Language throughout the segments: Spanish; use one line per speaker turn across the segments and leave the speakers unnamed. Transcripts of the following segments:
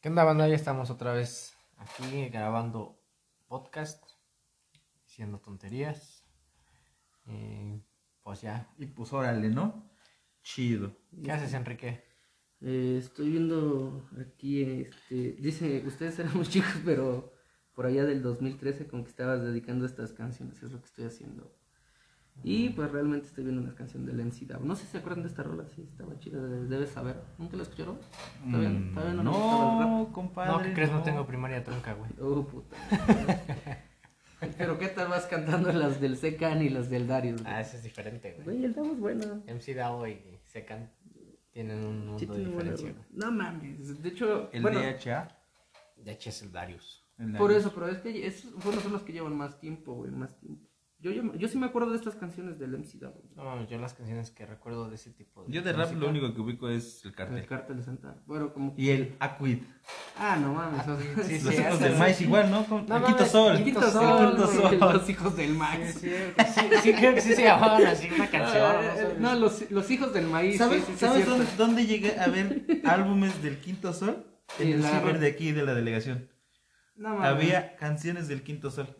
¿Qué onda, banda? Ya estamos otra vez aquí grabando podcast, haciendo tonterías. Y pues ya.
Y pues órale, ¿no? Chido.
¿Qué haces, Enrique?
Eh, estoy viendo aquí, este, dice, ustedes éramos chicos, pero por allá del 2013 con que estabas dedicando estas canciones, es lo que estoy haciendo. Y pues realmente estoy viendo una canción del MC Dab. No sé si se acuerdan de esta rola, sí, estaba chida, de- debes saber. ¿Nunca la escucharon? Todavía,
Mm,
todavía no,
no,
nos gustaba
Mm,
el rap.
compadre.
No, ¿qué crees? No tengo primaria trunca, güey.
Oh, puta. pero ¿qué tal vas cantando las del Secan y las del Darius? güey?
Ah, eso es diferente, güey.
Güey, el Dab es bueno.
MC Dao y Secan tienen un mundo
Sí,
de
tiene buena
diferencia,
rola. No mames, de hecho,
El
bueno,
DHA.
güey. De hecho es el Darius.
el
Por
Darius.
eso, pero es que esos bueno, son los que llevan más tiempo, güey, más tiempo. Yo, yo, yo sí me acuerdo de estas canciones del MC Dab. güey.
No, yo las canciones que recuerdo de ese tipo de
Yo de rap
música-
lo único que ubico es el
El
cartel.
cartel de Santa. Bueno, como...
Y el Aquid.
Ah, no mames.
Ah, sí, sí,
Los
sí,
hijos
hasta
del
los-
maíz igual, ¿no? Con
No
el Quito
mames,
Sol.
Quinto
Quinto
Sol,
Sol,
güey,
Sol.
los hijos del
Sí,
Max.
sí, sí, sí, creo que sí se llamaban así una canción. no
Eh,
sé.
No, los, los hijos del maíz.
¿Sabes,
sí, sí, sí,
¿sabes
cierto.
dónde, dónde llegué a ver álbumes del Quinto Sol? En
Sí,
el
la
ciber
agarré.
de aquí, de la delegación.
No mames.
Había canciones del Quinto Sol.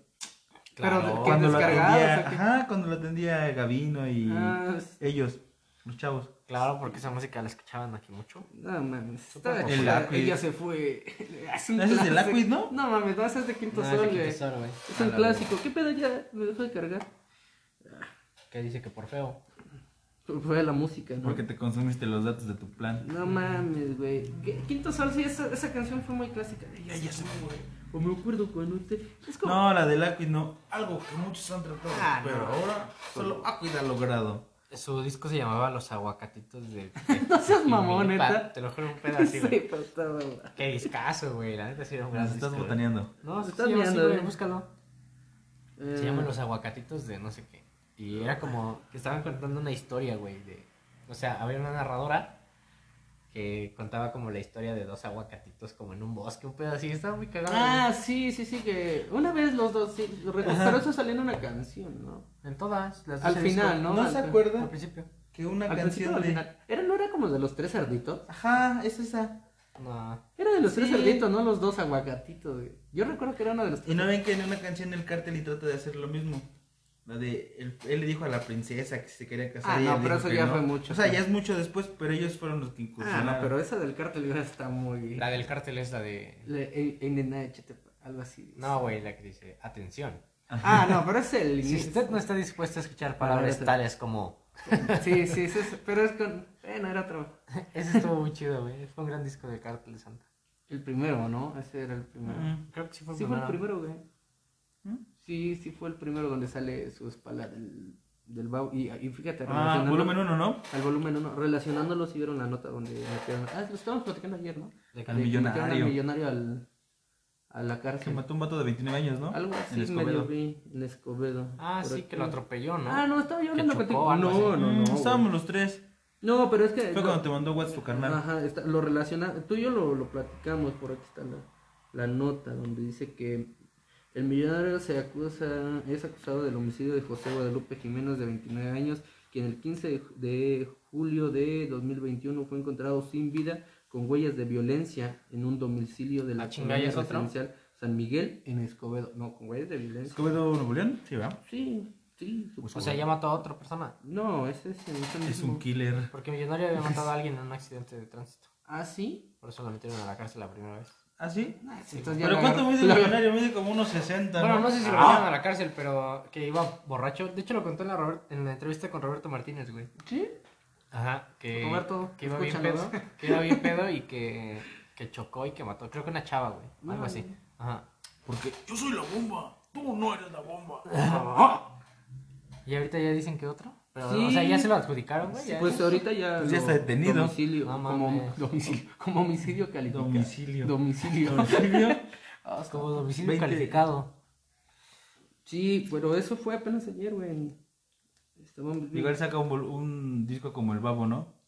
pero
Claro.
que-
Cuando lo
descargadas,
atendía,
o qué?
ajá, cuando lo atendía Gavino y
Ah, es-
ellos, los chavos.
Claro, porque esa música la escuchaban aquí mucho.
No mames.
Súper
Estaba
popular.
chida,
El Aquid.
Ella se fue. Es un
Ese es del
clásico.
Aquid, ¿no?
No mames, no, ese es de Quinto
No, Ah, es de
Sol,
Quinto
güey.
Sol, güey.
Es
A
un
la
clásico. ¿Qué pedo ya? Me dejó de cargar.
verga. Que dice que por feo.
Fue la música, ¿no?
Porque te consumiste los datos de tu plan.
No mames, güey. ¿Qué- Quinto Sol, sí, esa, esa canción fue muy clásica. Ella ya se fue. O me acuerdo cuando te. Es como.
No, la del Aquid no. Algo que muchos han tratado,
Ah,
pero
no.
ahora solo Aquid ha logrado.
Su disco se llamaba Los Aguacatitos de.
No seas mamón,
Jijipa.
neta. pues,
Te lo juro un
No
pedacito.
sé, pasaba.
Qué discazo, güey. La neta sí era un gran
Las estás
disco, güey.
botaneando.
No,
Te
se
estás
llama así,
mirando,
güey.
eh.
Búscalo. Se llaman Los Aguacatitos de no sé qué. Y era como que estaban contando una historia, güey. De... O sea, había una narradora que contaba como la historia de dos aguacatitos como en un bosque, un pedo así. Estaba muy cagado.
Ah, sí, sí, sí, que una vez los dos, sí, lo recuerdo, pero eso salió en una canción, ¿no?
En todas. Las
Al
del
final,
disco.
Ah, ¿no?
¿No
Al-
se
Al
acuerda
principio.
que una
al principio
canción
o al
de...
final. Era, ¿No era como de los tres cerditos?
Ajá, es esa.
No.
Era de los tres
Sí.
cerditos, no los dos aguacatitos, güey. Yo recuerdo que era uno de los
Y
tres.
no ven que en una canción el cártel y trata de hacer lo mismo. La de, él, él le dijo a la princesa que se quería casar.
Ah,
y
no,
él
pero
dijo
eso
que
ya fue mucho.
O sea, ya es mucho después, pero ellos fueron los que
Ah,
incursionaron.
no, pero esa del cartel ya está muy...
La del cártel es la de.
Le- en- en- en- en- chete- algo así.
No, güey, la que dice, atención.
Ah, no, pero es el...
Si
inicio.
usted no está dispuesto a escuchar palabras
Palabras de-
tales como...
Sí, sí, sí, sí, pero es con... Bueno, era otro.
Ese estuvo muy chido, güey. Fue un gran disco de Cártel de Santa.
El primero, ¿no? Ese era el primero.
Ujú.
Creo que sí fue el
Sí fue
primero.
el primero, güey.
¿Mm?
Sí, sí fue el primero donde sale su espalda del, del Bau. Y, y fíjate,
Ah,
relacionando-
volumen 1, ¿no?
al volumen 1, relacionándolo, sí vieron la nota donde metieron. Ah, lo estábamos platicando ayer, ¿no?
De
Al
De que metieron
millonario.
Al millonario al, a la
Que
cárcel.
mató un vato de 29 años, ¿no?
Algo así
En
medio
Escobedo.
vi en Escobedo.
Ah,
Por
sí,
aquí.
que lo atropelló, ¿no?
Ah, no, estaba yo
Que
hablando
chocó,
contigo.
algo
No,
así.
no, no.
Mm,
güey.
estábamos los tres.
No, pero es que.
Fue
no.
cuando te mandó WhatsApp tu carnal.
Ajá, está- lo relaciona, tú y yo lo, lo platicamos, por aquí está la, la nota donde dice que el millonario se acusa, es acusado del homicidio de José Guadalupe Jiménez de 29 años, quien el 15 de ju- de julio de 2021 fue encontrado sin vida con huellas de violencia en un domicilio de
Ah,
la
chinga, ¿y
colonia
es otro?
residencial San Miguel en Escobedo. No, con huellas de violencia.
¿Escobedo Nuevo León? Sí, ¿verdad?
Sí, sí. supongo.
O sea, ya mató a otra persona.
No, ese es, el- es el
Es
mismo.
un killer.
Porque Millonario había matado a alguien en un accidente de tránsito.
Ah, sí.
Por eso lo metieron a la cárcel la primera vez.
¿Ah, sí?
Ah, sí, entonces ya
¿Pero
la
cuánto
agarró-
mide el
la-
millonario? Mide como unos 60.
Bueno, no sé si lo
Ah,
metieron a la cárcel, pero que iba borracho. De hecho, lo contó en la, Robert- en la entrevista con Roberto Martínez, güey.
¿Sí?
Ajá, que,
Roberto,
que iba bien pedo,
escúchalo,
que iba bien pedo y que, que chocó y que mató, creo que una chava, güey,
No,
algo así.
no.
Ajá.
Porque yo soy la bomba. Tú no eres la bomba.
Y ahorita ya dicen que otro, pero
Sí.
o sea, ya se lo adjudicaron, güey. ya.
Pues ahorita ya.
Pues ya
lo-
está detenido.
Domicilio.
No
como,
mames.
domicilio como homicidio calificado.
Domicilio.
Domicilio.
Domicilio.
como domicilio
20.
calificado.
Sí, pero eso fue apenas ayer, güey. Estábamos
Igual saca un, vol- un disco como el babo, ¿no?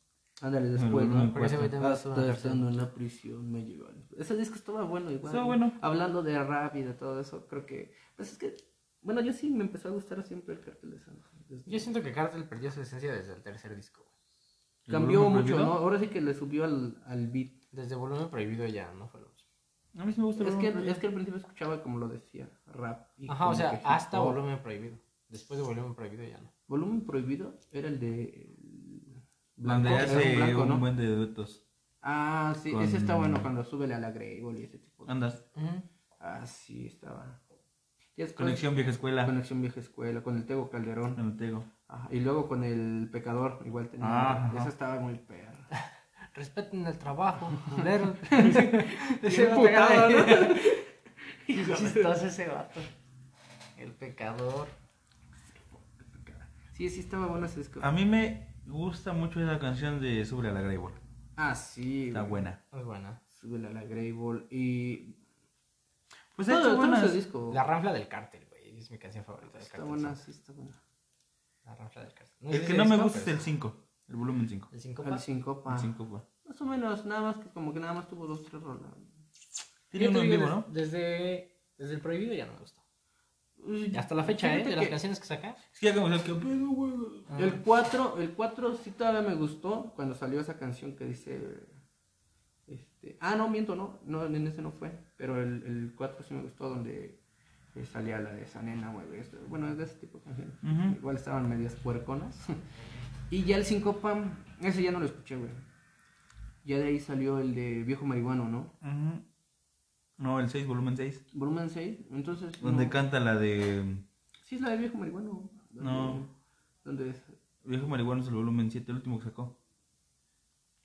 Ándale, después,
El volumen
¿no?
Porque ese güey
cuatro.
también estuvo en la
Estaba
cárcel.
estando en la prisión, me llegó. Ese disco estaba bueno, igual.
Estaba
güey.
bueno.
Hablando de rap y de todo eso, creo que. Pues es que. Bueno, yo sí me empezó a gustar siempre el cartel de Santa. Desde-
Yo siento que Cartel perdió su esencia desde el tercer disco. güey.
¿El
Cambió
volumen
mucho,
prohibido?
¿no? Ahora sí que le subió al, al beat.
Desde Volumen Prohibido ya no fue lo mismo.
A mí sí me gusta el
Es que,
volumen prohibido.
es que al principio escuchaba como lo decía, rap. y
Ajá, o
como
sea,
que hip
hasta
hop.
volumen prohibido. Después de volumen prohibido ya no.
Volumen prohibido era el de.
Donde
Blanco, era
hace
un blanco,
un
¿no?
buen de duetos.
Ah, sí,
con-
ese está bueno cuando súbele a la Greyball y ese tipo de...
Andas.
Ah, sí, estaba. Y después-
Conexión vieja escuela.
Conexión Vieja Escuela, con el Tego Calderón.
No te digo.
Ajá, y luego con el Pecador, igual tenía.
Ah, ajá.
esa estaba muy perra.
Respeten el trabajo, culeros.
Ese putado, ¿no?
Hijo, chistoso ese vato. El pecador.
Sí, sí, estaba bueno ese disco.
A mí me gusta mucho esa canción de Sobre a la Greyball.
Ah, sí.
Está
güey.
buena.
Muy buena.
Súbele a la Greyball. Y.
Pues ha
Todo-
hecho
todo
buenas.
ese disco.
La ranfla del cártel, güey. Es mi canción favorita del
Está
cártel.
buena, sí, está buena.
La ranfla del cártel.
El que no me gusta es el 5. El volumen 5.
5.
El Sincopa.
El 5,
Más o menos, nada más que como que nada más tuvo dos, tres rolas.
Tiene uno en vivo, ¿no?
Desde, desde el prohibido ya no me gustó.
Uy,
Y Hasta la fecha, ¿eh?
fíjate
De las
que
canciones que saca.
Es que ya como que pedo, güey.
Ah.
El 4, el 4 sí todavía me gustó cuando salió esa canción que dice... Este, ah, no, miento, no, no, en ese no fue, pero el, el 4 sí me gustó donde eh, salía la de esa nena, güey, esto- bueno, es de ese tipo de canciones.
Ujú.
Igual estaban medias puerconas. y ya el 5 pam, ese ya no lo escuché, güey. Ya de ahí salió el de Viejo Marihuano, ¿no?
Ujú. No, el 6, volumen 6.
Volumen 6, entonces...
Donde
no.
canta la de.
Sí, es la de Viejo Marihuano. donde-
No.
Donde es...
Viejo Marihuano es el volumen 7, el último que sacó.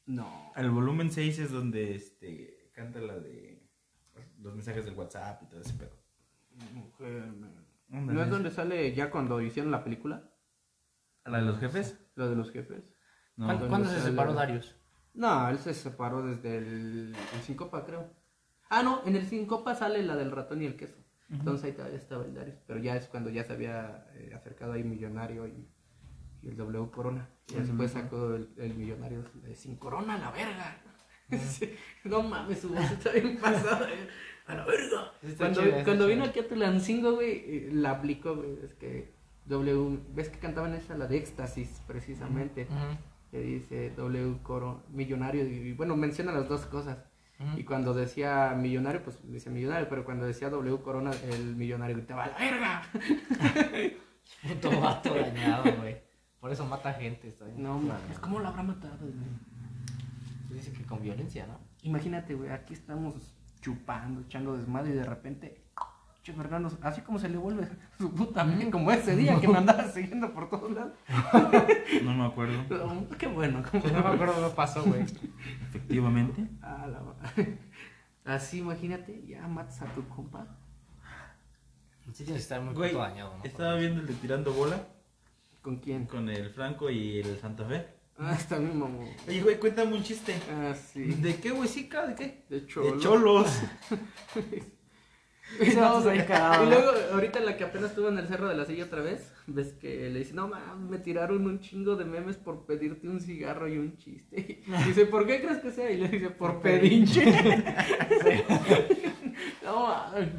No.
El volumen 6 es donde este, canta la de. Los mensajes del WhatsApp y todo ese pedo.
Mujer, me- ¿No es donde sale ya cuando hicieron la película?
¿La de los jefes?
Lo de los jefes.
No.
¿Cuándo,
Cuando
cuándo se
sale-
separó Darius?
No, él se separó desde el, el Sincopa, creo. Ah, no, en el Sincopa sale la del ratón y el queso. Entonces ahí todavía estaba el Darius. Pero ya es cuando ya se había eh, acercado ahí Millonario y, y el W Corona. Y
El
después
W
sacó el, el Millonario de Sin Corona, la verga. Sí, No mames, su voz está bien pasada. eh. A la verga.
Sí, está
Cuando,
chida, está
cuando vino
chida.
aquí a Tulancingo, güey, eh, la aplicó, güey. Es que W, ves que cantaban esa, la de éxtasis, precisamente que dice W Coro, millonario, y bueno, menciona las dos cosas. Y cuando decía millonario, pues dice millonario, pero cuando decía W Corona, el millonario gritaba, "¡A ¡la verga!
Puto vato dañado, güey. Por eso mata gente. está bien.
No mames, ¿cómo lo habrá matado? güey?
Se dice que con violencia, ¿no?
Imagínate, güey, aquí estamos chupando, echando desmadre y de repente, che, Fernando, así como se le vuelve su puta madre, como ese día que me andaba siguiendo por todos lados.
No me acuerdo.
Qué bueno, como
Pues no me acuerdo lo pasó, güey.
Efectivamente.
Ah, la ma- Así, imagínate, ya matas a tu compa.
Sí, tienes que estar muy
Güey,
puto dañado, ¿no?
estaba viendo el de Tirando Bola
¿Con quién?
con el Franco y el Santa Fe.
Ah, está bien, mamón.
Oye, güey, cuéntame un chiste.
Ah, sí.
¿De qué, güey? ¿Sí, ca? ¿De qué?
De cholo.
De cholos.
Ese vato está bien cagado,
y
¿no?
luego, ahorita la que apenas estuvo en el Cerro de la Silla otra vez, ves que le dice, no mames, me tiraron un chingo de memes por pedirte un cigarro y un chiste. Y dice, ¿por qué crees que sea? Y le dice, por pedinche. no mames.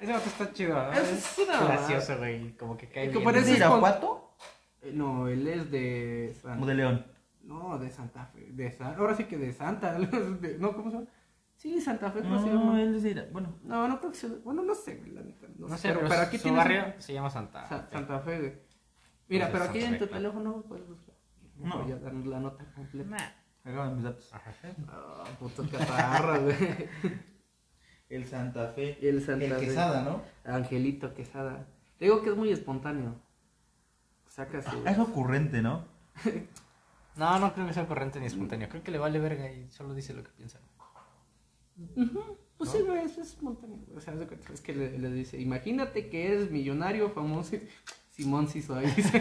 Ese vato está chido, ¿no?
Es una mamada.
gracioso, güey. Como que cae
Es
bien.
que parece-
¿De Irapuato?
Eh, No, él es de San-
¿O de León?
No, de Santa Fe. De San- Ahora sí que de Santa. de- No, ¿cómo se llama? Sí, Santa Fe, ¿cómo se
No,
llama?
él es de Irapuato. Bueno,
No, no creo que sea. Bueno, no sé, la neta. No,
eh. No sé, pero,
aquí
su
tienes-
barrio Ah, se llama Santa.
Sa-
Fe.
Santa Fe, güey. Mira,
Entonces,
pero aquí
Santa
en
Fe,
tu
claro.
teléfono puedes buscar.
No.
Voy a dar la nota completa.
acaban mis datos.
Ajá.
Ah, puto catarra, güey.
El Santa Fe.
El Santa Fe.
Quesada, ¿no?
Angelito Quesada. Te digo que es muy espontáneo. Saca su...
Es ocurrente, ¿no?
No, no creo que sea corriente ni espontáneo. Creo que le vale verga y solo dice lo que piensa.
Pues sí, güey, eso es espontáneo. O sea, haz de cuenta, es que le, le dice, imagínate que eres millonario, famoso. Simón sí soy. Dice,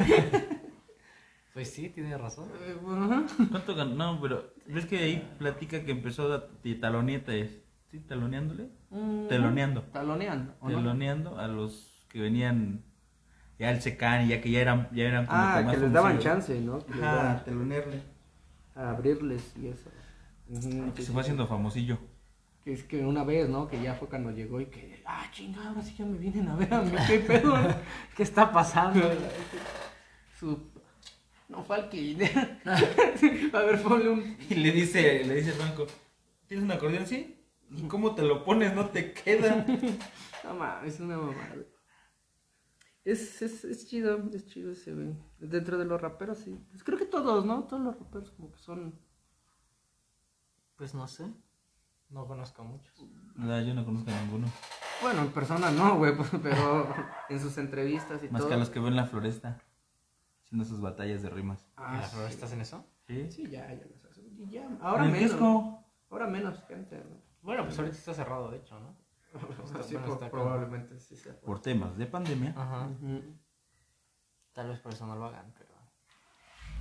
Pues sí, tiene razón.
eh, ajá.
¿Cuánto ganó? No, pero ves que ahí platica que empezó a t- talonetes. ¿Sí? ¿Taloneándole?
Mm,
Teloneando.
Taloneando. ¿o no?
Teloneando a los que venían ya al secán y ya que ya eran, ya eran como
Ah,
más
que les daban
famosillos.
chance, ¿no? Que les
Ajá,
daban
telonearle.
a abrirles y eso. Ujú,
Ah, Que
sí,
se fue
sí.
haciendo famosillo.
Que es que una vez, ¿no? Que ya fue cuando llegó y que, ah, chinga, ahora sí ya me vienen a ver a mí, qué pedo.
¿Qué está pasando?
Su... No fue al que... a ver, ponle un...
Y le dice, le dice el banco, ¿tienes un acordeón, sí? ni cómo te lo pones, no te queda.
No mames, es una mamada. Es, es, es chido, es chido ese, güey. Dentro de los raperos, sí. Pues creo que todos, ¿no? Todos los raperos como que son...
Pues no sé. No conozco muchos.
No, yo no conozco a ninguno.
Bueno, en persona no, güey, pues, pero en sus entrevistas y
Más
todo.
que a los que veo en la floresta. Haciendo sus batallas de rimas.
¿En
Ah,
las
sí.
florestas en eso?
¿Sí?
Sí, ya, ya los hace. Y ya, ahora
¿En el
menos.
Tesco?
Ahora menos que antes, ¿no?
Bueno, pues ahorita está cerrado, de hecho, ¿no? Está-
Sí,
bueno,
por-
está
probablemente sí sea.
Por temas de pandemia.
Ah,
Ajá.
Ujú.
Tal vez por eso no lo hagan, pero.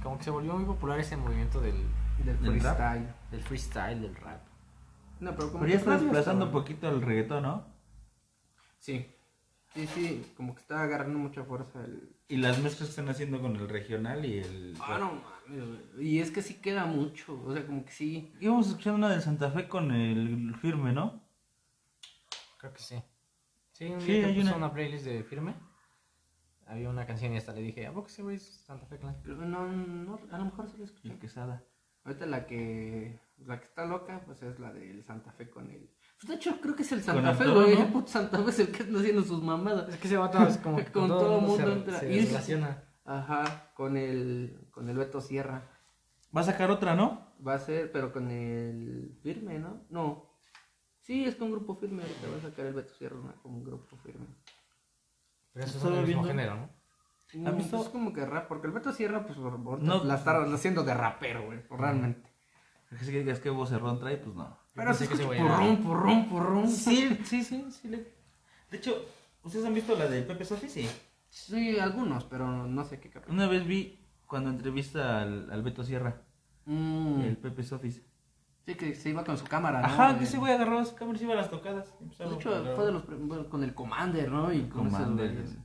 Como que se volvió muy popular ese movimiento del,
Del
¿Del rap?
freestyle.
del freestyle, del rap.
No, pero como
Pero ya
que
está
todavía
desplazando un
estaba-
poquito el reggaetón, ¿no?
Sí. Sí, sí, como que está agarrando mucha fuerza el...
Y las mezclas que están haciendo con el regional y el...
Ah, no mames, güey. Y es que sí queda mucho, o sea, como que sí.
Íbamos escuchando una de Santa Fe con el firme, ¿no?
Creo que sí. Sí, un
Sí,
día que
hay
puso
una-
una... playlist de firme. Había una canción y hasta le dije, ¿a poco ese güey es Santa Fe Clan?
Pero no, no, a lo mejor se lo
Y el
escuché.
Quesada.
Ahorita la que la que está loca, pues es la del Santa Fe con el. Pues de hecho creo que es el Santa
el
Fe,
toro,
güey.
¿no?
El puto Santa Fe es el que está haciendo sus mamadas.
Es que ese vato es como que
Con todo mundo
se-
entra.
se
Y es-
relaciona.
Ajá, con el con el Beto Sierra.
Va a sacar otra, ¿no?
Va a ser, pero con el firme, ¿no? No. Sí, es con grupo firme, ahorita va a sacar el Beto Sierra una- con un grupo firme.
Pero eso es
Estaba
del mismo
viendo-
género, ¿no?
No,
¿Has visto?
Mm, pues, Es como que rap, porque el Beto Sierra, pues, por, por-
No.
la estaban haciendo de rapero, güey, pues, realmente.
Es que digas que vocerrón trae, pues no.
Pero se
pensé que ese
escucha
güey
purrón, purrón, purrón.
Sí, sí, sí, sí. le- De hecho, ¿ustedes han visto la de Pepe Sofi? Sí.
Sí, algunos, pero no sé qué capítulo.
Una vez vi cuando entrevista al, al Beto Sierra,
Mm,
el Pepe Sofis.
Sí, que se iba con su cámara, ¿no?
Ajá,
Eh,
que ese güey agarró su cámara y se iba a las tocadas.
De hecho, fue de los prim- bueno, con el Commander, ¿no? Y con esos
Commander.
güeyes.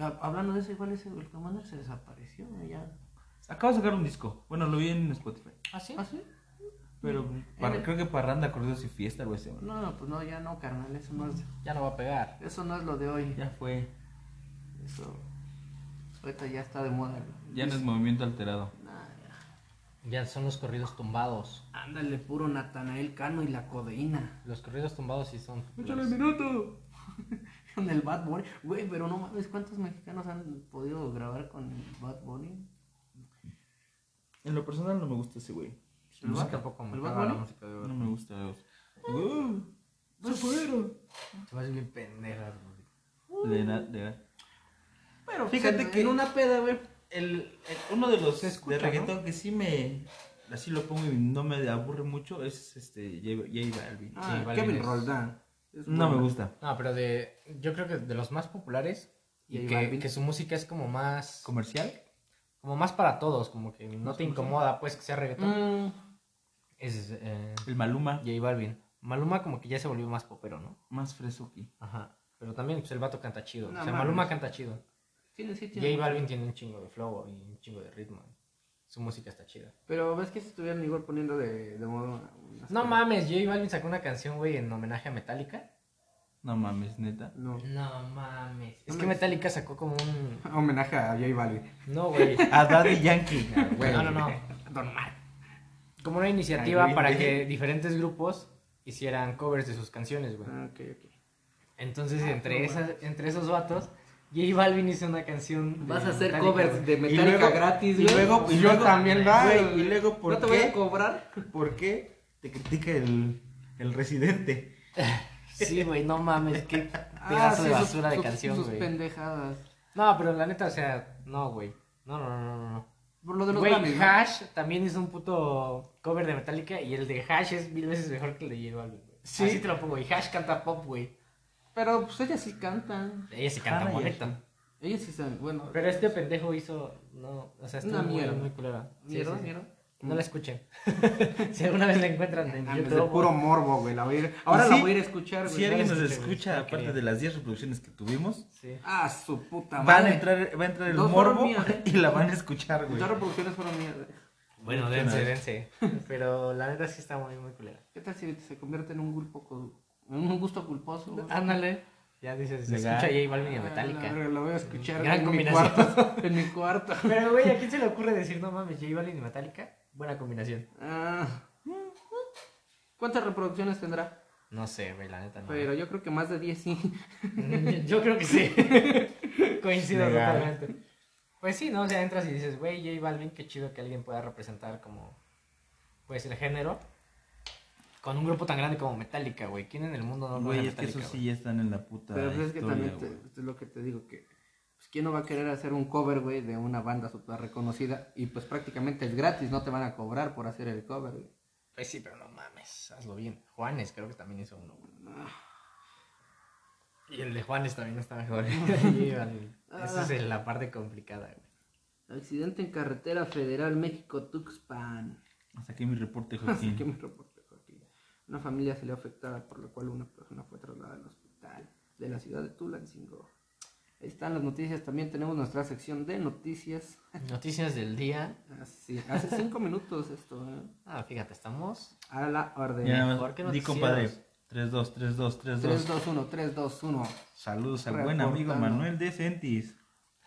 Ha- Hablando de eso, igual ese, el Commander se desapareció, güey, ya.
Acaba de sacar un disco. Bueno, lo vi en Spotify.
¿Ah, sí?
¿Ah, sí?
Pero para-
el-
creo que Parranda, Cordeos y Fiesta, algo así. ¿no?
No, pues no, ya no, carnal, eso no es,
Ya no va a pegar.
eso no es lo de hoy.
Ya fue.
Eso, ahorita ya está de moda. güey.
Ya no es movimiento alterado.
Nah, ya.
Ya son los corridos tumbados.
Ándale, puro Natanael Cano y la codeína.
Los corridos tumbados sí son.
el
populares.
minuto! con el Bad Bunny. Güey, pero no mames, ¿cuántos mexicanos han podido grabar con el Bad Bunny?
En lo personal no me gusta ese güey.
Su música tampoco me
¿El Bad
caga la
Bunny?
música de
No
Bad
me gusta. Uh,
Pues,
Bunny. Se me hace bien pendeja. güey.
uh,
de na- de na-
Pero
Fíjate
en-
que-
en una peda, güey.
el, el- uno de los
Se escucha,
de reggaetón que sí me así lo pongo y no me aburre mucho es este J, J Balvin.
Ah,
Sí, vale,
Kevin
es-
Roldán. Es
no
bueno.
me gusta.
No, pero de. Yo creo que de los más populares. Y
J
que,
Balvin.
que su música es como más.
Comercial.
Como más para todos. Como que no te incomoda, pues, que sea reggaetón.
Mm,
Es eh,
El Maluma
J Balvin. Maluma, como que ya se volvió más popero, ¿no?
más fresoki.
Ajá. Pero también, pues el vato canta chido.
No
o sea,
mames.
Maluma canta chido.
tiene, sí, tiene.
J Balvin tiene un chingo de flow y un chingo de ritmo. Su música está chida.
Pero ves que se estuvieron igual poniendo de, de modo. unas
No
pedas.
mames, J Balvin sacó una canción, güey, en homenaje a Metallica.
No mames, neta.
No.
No mames. Es
No
que
mames.
Metallica sacó como un.
Homenaje a J Balvin.
No, güey.
A Daddy Yankee. Ah,
güey. No, no, no.
Don Omar.
Como una iniciativa
Ay, güey,
para
güey.
que diferentes grupos hicieran covers de sus canciones, güey.
Ah, ok, ok.
Entonces,
Ah,
entre,
no
esas, entre esos vatos, J Balvin hizo una canción. de
Vas a hacer
Metallica,
covers
güey.
de Metallica
luego-
gratis,
y
güey.
luego- y
Yo
luego-
también va.
güey,
güey.
y luego, ¿por
¿No te voy
qué?
a cobrar?
¿Por qué te critica el, el residente?
Sí, güey, no mames, qué
Ah,
pedazo
sí,
de basura de
sus-
canción,
Sus
güey.
pendejadas.
No, pero la neta, o sea, no, güey. No, no, no, no, no.
Por lo de los Grammys,
Güey,
¿no?
Hash también hizo un puto cover de Metallica y el de Hash es mil veces mejor que el de J Balvin. güey.
Sí.
Así te lo pongo, güey. Hash canta pop, güey.
Pero pues ellas sí cantan.
Ella sí canta
Hannah y
bonito.
Ashley.
Ellas sí saben. Bueno,
Pero este pendejo hizo, no, o sea, estuvo
Una
muy,
mierda.
muy culera. Sí,
mierda,
sí, sí.
mierda.
No la escuchen. si alguna vez la encuentran en
Mames,
YouTube.
Ah, de puro morbo, güey. La voy a ir- Ahora
Y
la
sí,
voy a ir a escuchar,
Si
güey.
alguien-
alguien nos
escuché, güey,
escucha,
no
aparte
quería.
de las 10 reproducciones que tuvimos,
Sí.
Ah, su puta
van
madre.
a entrar, va a entrar el
Dos fueron
morbo
mías, ¿eh?
y la van a escuchar, güey.
Las reproducciones fueron mierda.
Bueno,
Una
dense,
vez.
dense. Pero la neta sí está muy, muy culera.
¿Qué tal si se convierte en un grupo cul- en un gusto culposo? güey?
Ah,
Ándale. Ya dices, se
Legal.
escucha J Balvin y a
Ah, la
Metallica.
verga, La voy a escuchar
Gran
en mi
combinación.
cuarto. En mi cuarto.
Pero, güey, ¿a quién se le ocurre decir, no mames, J Balvin y Metallica? Buena combinación.
Ah. ¿Cuántas reproducciones tendrá?
No sé, güey, la neta no.
Pero yo creo que más de 10 sí.
Yo creo que sí. Coincido
Legal.
totalmente. Pues sí, ¿no? O sea, entras y dices, güey, J Balvin, qué chido que alguien pueda representar como, pues, el género con un grupo tan grande como Metallica, güey. ¿Quién en el mundo no conoce a
Güey, es que
Metallica,
esos
güey?
sí ya están en la puta
Pero pues es que
historia,
también te-
güey.
es lo que te digo que pues quién no va a querer hacer un cover, güey, de una banda super reconocida y pues prácticamente es gratis, no te van a cobrar por hacer el cover. güey.
Pues sí, pero no mames, hazlo bien. Juanes creo que también hizo uno, güey. Y el de Juanes también está mejor. Sí, Balvin.
Ah.
Esa es el- la parte complicada, güey.
Accidente en carretera federal México Tuxpan.
Hasta aquí mi reporte,
Así que
Joaquín.
me reporté Joaquín. Una familia salió afectada, por lo cual una persona fue trasladada al hospital de la ciudad de Tulancingo. Ahí están las noticias, también tenemos nuestra sección de noticias.
Noticias del día.
Así, hace cinco minutos esto, ¿eh?
Ah, fíjate, estamos.
A la orden.
Ya nada
¿Por qué
más, di
noticieros?
compadre. 3-2, 3-2,
3,
3-2.
2, 1, 3, 2, 1.
Saludos al buen amigo
Reportando.
Manuel de Sentis.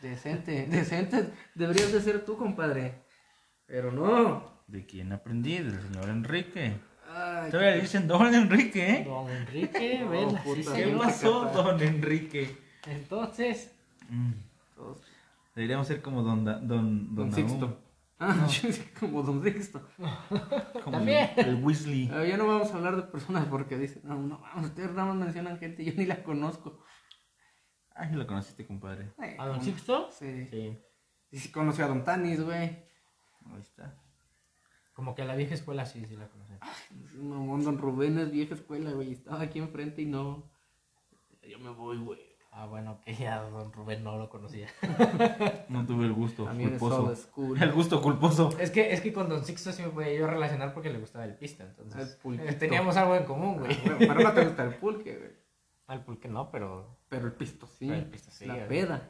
Decente, decente. Deberías de ser tú, compadre. Pero no.
¿De quién aprendí? Del señor Enrique.
Ay,
Todavía le dicen Don Enrique, ¿eh?
Don Enrique, vela, sí,
puta,
¿Qué
señor.
pasó, Don Enrique?
Entonces,
Mm,
todos-
Deberíamos ser como Don, Da- don,
Don
don,
Sixto. Ah, yo dije como Don Sixto.
Nahum, como
También.
El, el Weasley.
Ah, ya no vamos a hablar de personas porque dicen, no, no, vamos, ustedes nada más mencionan gente, yo ni la conozco.
Ay, lo conociste, compadre.
Eh,
¿a Don
como-
Sixto?
Sí.
Sí.
Y si conoció a Don Tanis, güey.
Ahí está.
Como que a la vieja escuela sí, sí la conocí.
Es un Mamón, Don Rubén es vieja escuela, güey. Estaba aquí enfrente y no. Yo me voy, güey.
Ah, bueno, que ya Don Rubén no lo conocía.
No tuve el gusto
También es
culposo.
old school.
El gusto culposo.
Es que, es que con Don Sixto sí me podía yo relacionar porque le gustaba el pista, entonces.
El pulquito.
eh, Teníamos algo en común,
Ah,
güey.
güey, pero no te gusta el pulque, güey.
Al Ah, pulque no, pero
Pero el pisto sí.
Pero el pisto sí,
La
güey.
peda.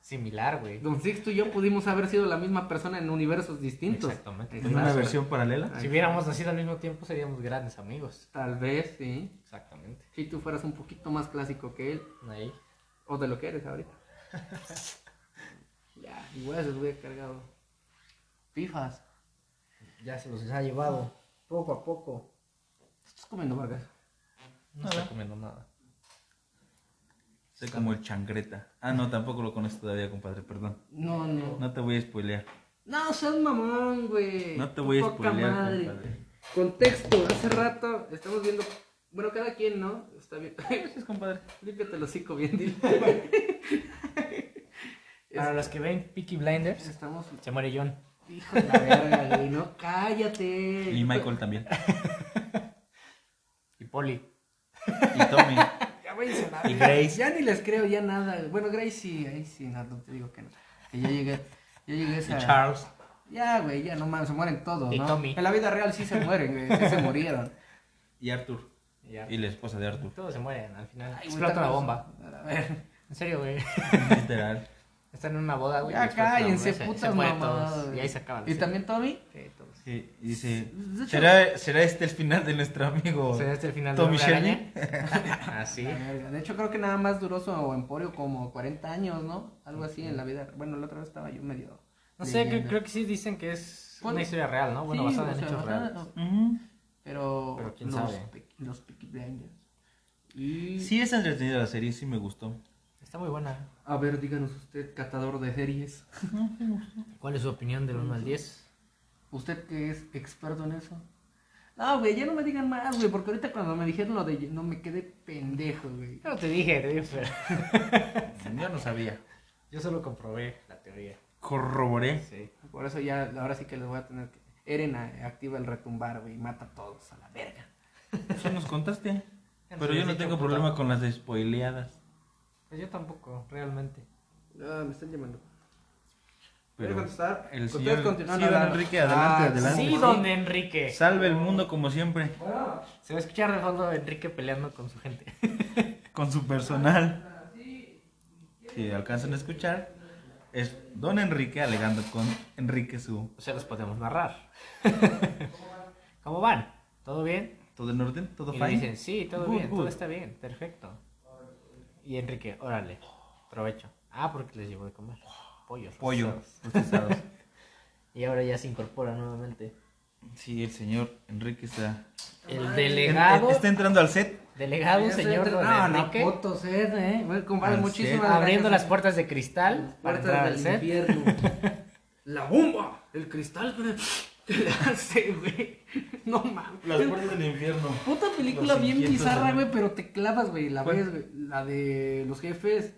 similar, güey.
Don Sixto y yo pudimos haber sido la misma persona en universos distintos.
Exactamente.
En
Exacto.
una versión paralela.
Ay.
Si hubiéramos nacido al mismo tiempo seríamos grandes amigos.
Tal vez, sí.
Exactamente.
Si tú fueras un poquito más clásico que él.
Ahí.
O de lo que eres ahorita. ya, igual se hubiera cargado. Fifas.
Ya se los ha llevado poco a poco.
Estás comiendo Vargas.
No está comiendo nada.
Soy como el changreta. Ah, no, tampoco lo conoces todavía, compadre, perdón.
No, no.
No te voy a spoilear.
No, seas mamón, güey.
No te
Tu
voy a
poca
spoilear,
madre.
compadre.
Contexto, hace rato estamos viendo. Bueno, cada quien, ¿no? Está bien.
Gracias, compadre.
Límpiate el hocico bien, dile.
Para los que ven Peaky Blinders,
Estamos.
se muere John.
Hijo de la verga, güey. No, cállate.
Y Michael también.
Y Polly.
Y Tommy.
Ya voy a la
Y Grace.
Ya ni les creo ya nada. Bueno, Grace sí, ahí sí, no, no te digo que no. Que ya llegué, ya llegué a
Y
esa.
Charles.
Ya, güey, ya no mames, se mueren todos,
Y
¿no?
Tommy.
En la vida real sí se mueren, güey, sí se murieron.
Y Arthur.
Ya.
Y la esposa de Arthur.
Todos se mueren al final.
Ay, güey,
Explota una
tal vez-
bomba.
A ver.
En serio, güey.
Literal.
Están en una boda, Ah, güey. y
Ya
explota una
cállense,
bomba, se-
putas
se mueren
mamadas,
todos,
güey.
Y ahí se acaba. la
¿Y
serie.
también Tommy?
Sí, todos.
Sí, y dice.
De hecho-
¿Será, ¿Será este el final de nuestro amigo?
¿Será este el final
Tommy
de Ah,
Shelby?
Así.
La verga. De hecho, creo que nada más duró su emporio como 40 años, ¿no? Algo así en la vida. Bueno, la otra vez estaba yo medio.
No sé, creo,
leyendo.
creo que sí dicen que es
Bueno,
una historia real, ¿no? Ah, Bueno,
Sí,
basada
o
en
sea,
hechos
basada-
reales.
Ujú.
Pero,
Pero quién
los,
sabe.
Pe- los Peaky Blinders. Y...
Sí, es entretenida la serie, sí me gustó.
Está muy buena.
A ver, díganos usted, catador de series.
¿Cuál es su opinión del 1 al 10?
Usted que es experto en eso. No, güey, ya no me digan más, güey, porque ahorita cuando me dijeron lo de no me quedé pendejo, güey.
Yo no te dije, te dije, pero
Yo no sabía.
yo solo comprobé la teoría.
Corroboré.
Sí.
Por eso ya, ahora sí que les voy a tener que. Eren a- activa el retumbar, güey, y mata a todos a la verga.
Eso nos contaste. Pero
Entonces,
yo no
dicho,
tengo
puta,
problema con las spoileadas.
Pues yo tampoco, realmente.
Ah, me están llamando.
Pero
¿Puedes contestar?
El
Ustedes
señor, sí,
continúan
don
hablando.
Enrique, adelante,
Ah,
adelante.
Sí, don Enrique.
Salve el mundo como siempre,
Se va a escuchar de fondo a Enrique peleando con su gente.
con su personal. Si alcanzan a escuchar, es don Enrique alegando con Enrique su...
O sea, los podemos narrar. ¿Cómo van? ¿Todo bien?
¿Todo en orden? ¿Todo
Y le
fine?
dicen, sí, todo
Good,
bien,
good.
todo está bien, perfecto. Y Enrique, órale, provecho. Ah, porque les llevo de comer. Pollo.
Pollo. procesados.
Y ahora ya se incorpora nuevamente.
Sí, el señor Enrique está
El delegado,
Está entrando al set.
delegado
Ya se
Ah, señor
entra-
Don
no, no,
Enrique,
fotos, eh, eh. Bueno, compadre,
Al
muchísimas
set.
gracias.
abriendo las puertas de cristal
Las
para entrar
puertas
al
del
set.
infierno. La bomba, el cristal que le hace, güey. No mames.
Las puertas del infierno.
Puta película
Los
bien
inquietos
bizarra,
de-
güey, pero te clavas, güey, la
¿Cuál?
ves, güey. La de los jefes.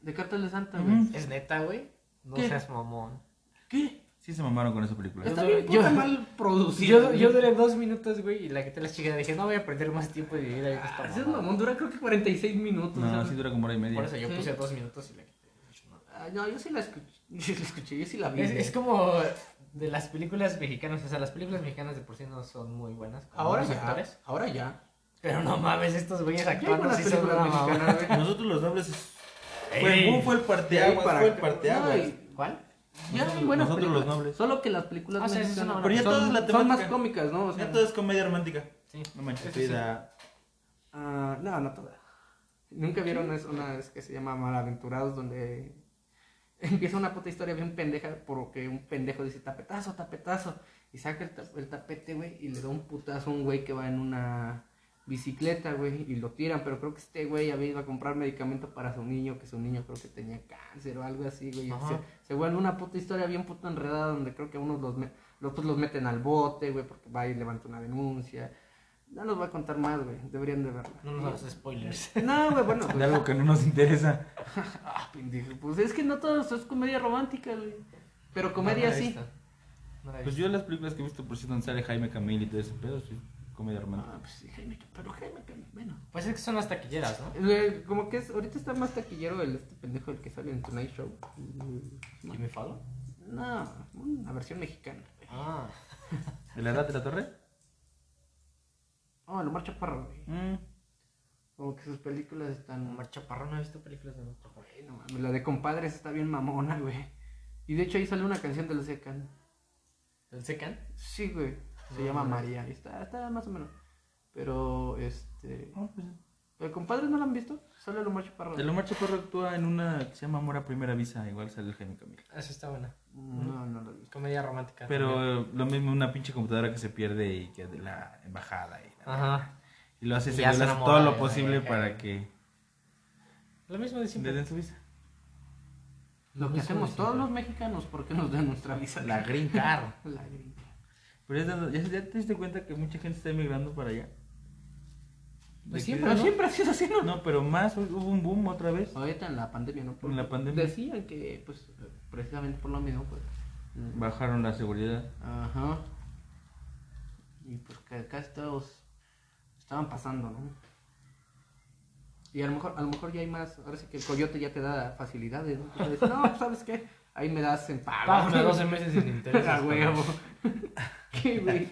De Cartel de Santa, güey.
Ujú.
Es neta, güey. No
¿Qué?
seas mamón.
¿Qué?
Sí se mamaron con esa película.
Está
Pues Yo-
bien
yo-
puta mal producida.
Yo,
güey. Ah,
yo duré dos minutos, güey, y la que te la chica dije, no voy a perder más tiempo de mi vida. viendo esta
Ah, sí es
mamada".
mamón, dura creo que 46 minutos. o sea,
No, sí dura como hora y media.
Por eso yo
Sí.
puse dos minutos y la quité.
ah, no, yo sí la escuché, yo sí la, escuché, yo sí la vi. eh.
Es,
güey.
es como de las películas mexicanas, o sea, las películas mexicanas de por sí no son muy buenas. con
Ahora
buenos
ya,
actores.
ahora ya.
Pero no mames, estos güeyes
Ya hay
actuando
buenas
sí son
películas
una mamada.
mexicanas, güey.
Nosotros los nobles.
Ey.
Fue, Mu fue el parteaguas.
De ahí para
Fue el
acá.
parteaguas.
No, y-
¿Cuál?
Ya
Nosotros-
hay buenas
nosotros los
películas.
nobles.
Solo que las películas
Ah, sí, sí,
mexicanas
sí, no, no.
Pero ya
son,
toda es la
son más
temática.
cómicas, ¿no? O sea,
Ya todo es comedia romántica.
Sí.
No manches,
Eso sí.
vida.
ah, no, no todas. Nunca vieron es una es que se llama Malaventurados donde empieza una puta historia bien pendeja porque un pendejo dice tapetazo, tapetazo y saca el, ta- el tapete, güey, y le da un putazo a un güey que va en una bicicleta, güey, y lo tiran, pero creo que este güey había ido a comprar medicamento para su niño, que su niño creo que tenía cáncer o algo así, güey.
Ajá.
Se, se vuelve una puta historia bien puta enredada donde creo que a unos los, me- los, pues, los meten al bote, güey, porque va y levanta una denuncia. No los voy a contar más, güey, deberían de verla.
No nos hagas spoilers.
No, güey, bueno,
De
pues,
algo que no nos interesa.
ah, pendejo, pues es que no todo esto es comedia romántica, güey. Pero comedia
No la he
sí.
visto. No la he
Pues yo las películas que he visto por si donde sale Jaime Camil y todo ese pedo, sí. Comedia romántica.
Ah, pues sí, Jaime, pero Jaime, que- bueno.
Pues es que son las taquilleras, ¿no?
Eh, Como que es, ahorita está más taquillero el este pendejo el que sale en Tonight Show. Mm,
Jimmy Fallon.
No, una versión mexicana. güey.
Ah.
¿De la edad de la torre?
Oh, Omar Chaparro, güey.
Mm.
Como que sus películas están.
Omar Chaparro no he visto películas de Omar Chaparro.
Güey, no mames, la de compadres está bien mamona, güey. Y de hecho ahí sale una canción de los Secan.
¿El Secan?
Sí, güey. Se
No
llama
mames.
María. y Está, está más o menos. Pero, este.
No, pues,
¿Pero compadres no la han visto? Sale Omar Chaparro.
De lo macho perro actúa en una que se llama Amor a Primera Vista, igual sale el Jaime Camil.
Eso Ah, está buena.
No, no la he visto.
Comedia romántica. también.
Pero eh, lo mismo, una pinche computadora que se pierde y que de la embajada. Y, la-
Ajá.
y lo hace,
Y
ese
ya se
güey, lo hace
enamora
todo
de
lo
la
posible
vieja,
para
güey.
que
Lo mismo de
le
siempre.
den su visa.
Lo que
mismo
hacemos
de
todos
siempre.
los mexicanos, ¿por qué nos dan nuestra visa?
La green card.
La gringa.
Pero es donde- ya, ya te diste cuenta que mucha gente está emigrando para allá. De
Pues
que- "Ah,
siempre,
Pero siempre ha sido así, ¿no?
No, pero más, hu- hubo un boom otra vez.
Ahorita en la pandemia, ¿no? Porque
En la pandemia.
Decían que, pues, precisamente por lo mismo, pues. mm,
Bajaron la seguridad.
Ajá. Y pues que acá todos estaban pasando, ¿no? Y a lo mejor, a lo mejor ya hay más, ahora sí que el coyote ya te da facilidades, ¿no? Tú puedes decir, no, pues, ¿sabes qué? Ahí me das en pago.
Págame 12 meses sin intereses.
A huevo.
cabrón.
¿Qué, güey?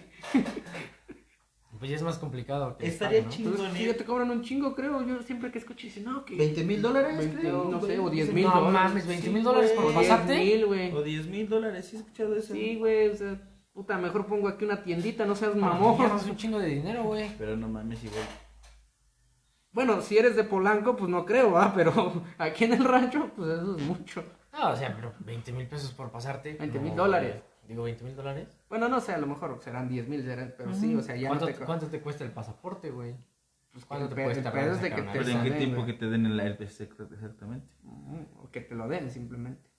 Pues ya es más complicado. que
Estaría
estar, ¿no?
Chingo,
Entonces, sí,
¿no?
ya te cobran un chingo, creo. Yo siempre que escucho, dice, no, que...
20 mil dólares,
20,
creo,
No
güey.
sé, o 10 mil
No
dólares.
mames, 20 mil
Sí,
dólares por
güey.
pasarte.
10,000, güey.
O 10 mil dólares, ¿sí has escuchado eso?
Sí, güey, o sea, puta, mejor pongo aquí una tiendita, no seas
Mamón,
mamón.
es un chingo de dinero, güey.
Pero no mames, igual.
Bueno, si eres de Polanco, pues no creo, ¿va? Pero aquí en el rancho, pues eso es mucho.
No, o sea, pero 20 mil pesos por pasarte.
20 mil
no,
dólares.
güey. Digo, 20 mil dólares.
Bueno, no sé, a lo mejor serán 10 mil, pero sí, o sea, ya no
¿Cuánto,
te... co-
cuánto te cuesta el pasaporte, güey?
pues,
cuánto
el
te
pe-
cuesta
el
para
pedo es de
sacar
que
una
te,
Pero
visa?
en qué
den,
tiempo
güey.
que te den el RPC exactamente.
Ujú, O que te lo den, simplemente.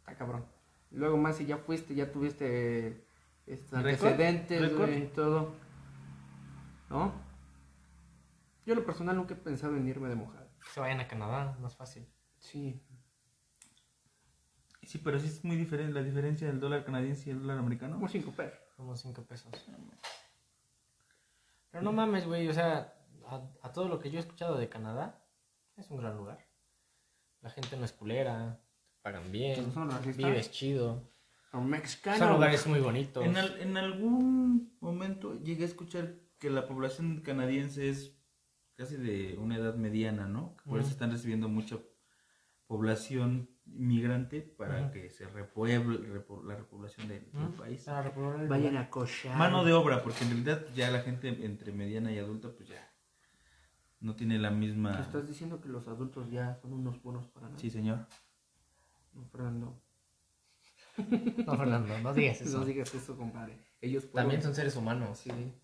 Está cabrón. Luego más, si ya fuiste, ya tuviste este,
¿Récord?
antecedentes,
¿Récord?
güey, y todo. ¿No? Yo, en lo personal, nunca he pensado en irme de mojado.
Que se vayan a Canadá, más fácil.
Sí,
Sí, pero sí es muy diferente la diferencia del dólar canadiense y el dólar americano.
como 5 pesos.
Como 5 pesos. Pero no mames, güey. O sea, a, a todo lo que yo he escuchado de Canadá, es un gran lugar. La gente no es culera, te pagan bien,
Pues, No Ah, son racistas.
vives chido.
Un mexicano.
Son lugares muy bonitos.
En, al- en algún momento llegué a escuchar que la población canadiense es casi de una edad mediana, ¿no? Por eso
Ujú.
están recibiendo mucha población migrante para
Ujú.
que se repueble repo- la repoblación del, del
¿Mm?
país.
Para repoblar el
Vayan
lugar.
a cochar.
Mano de obra, porque en realidad ya la gente entre mediana y adulta pues ya no tiene la misma...
Estás diciendo que los adultos ya son unos buenos para nada.
Sí, señor.
No, Fernando.
No, Fernando, no digas eso.
No digas eso, compadre. Ellos fueron-
También son seres humanos.
Sí.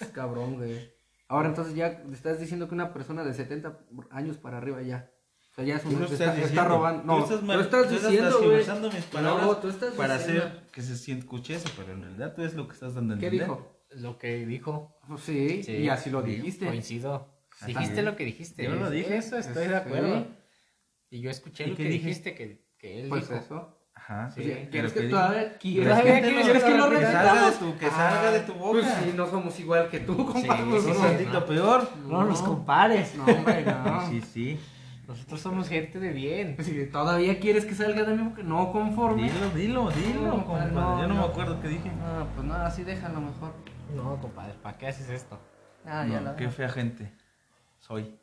Es Cabrón, güey. Ahora entonces ya estás diciendo que una persona de 70 años para arriba ya. O sea, ya es
Tú
un
lo
está,
estás
está
diciendo.
robando.
Tú
No,
estás mal-
lo estás
tú
diciendo,
tergiversando
güey.
mis palabras
No, tú estás
para
diciendo.
hacer que se sienta escuche eso, pero en realidad tú es lo que estás dando a
¿Qué
entender.
dijo?
Lo que dijo.
Pues sí,
Sí.
y así lo dijiste.
Coincido.
Ajá.
Dijiste lo que dijiste.
Yo lo
Es-
dije.
Eso estoy de acuerdo.
Sí.
Y yo escuché
¿Y
lo
qué
que
dije?
dijiste que, que él
Pues
dijo.
eso.
Ajá.
Sí.
Pues ya,
pero
¿Quieres
¿qué
que
dijo?
todavía
Pero
quieres,
es que
¿Quieres
no-
que lo
que
Que salga de
repitamos?
tu, que salga de tu boca.
Pues si no somos igual que tú, compadre.
Sí,
pues,
Es
sí,
un
no.
sí.
tantito peor.
No los compares.
No, hombre, no.
Sí, sí.
Nosotros somos gente de bien.
Si todavía quieres que salga de mi boca, no conforme.
Dilo, dilo, dilo,
No,
compadre.
no,
Yo no me
no.
acuerdo qué dije.
Ah, pues nada, así déjalo mejor.
No, compadre, ¿para qué haces esto?
Ah, ya
No,
la
qué fea gente soy.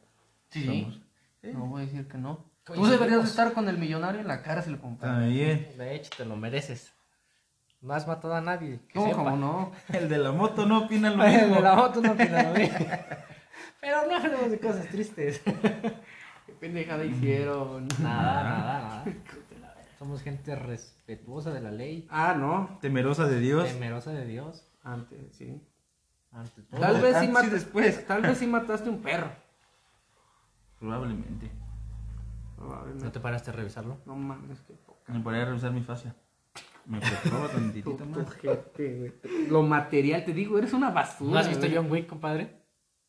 Sí.
Somos. Sí.
No voy a decir que no. Tú
Coincidimos.
deberías de estar con el millonario en la cárcel, compadre.
También.
De hecho, te lo mereces. No has matado a nadie. Que
¿Cómo,
sepa.
cómo no?
El de la moto no opina lo
El de
mismo.
la moto no opina lo mismo. Pero no hablemos de cosas tristes.
Qué pendejada hicieron.
Nada, nada, nada. Somos gente respetuosa de la ley,
Ah, no.
Temerosa de Dios.
temerosa de Dios,
Antes, sí.
ante todo.
Tal vez sí,
antes y
mata-
después.
Tal vez sí mataste un perro.
Probablemente.
Probablemente.
¿No te paraste a revisarlo?
No mames, qué poca.
Me podría revisar mi fascia. Me preocupa
Tu,
tantitito
tu
más.
gente, güey. Lo material, te digo, eres una basura.
¿No has visto
güey.
John Wick, compadre?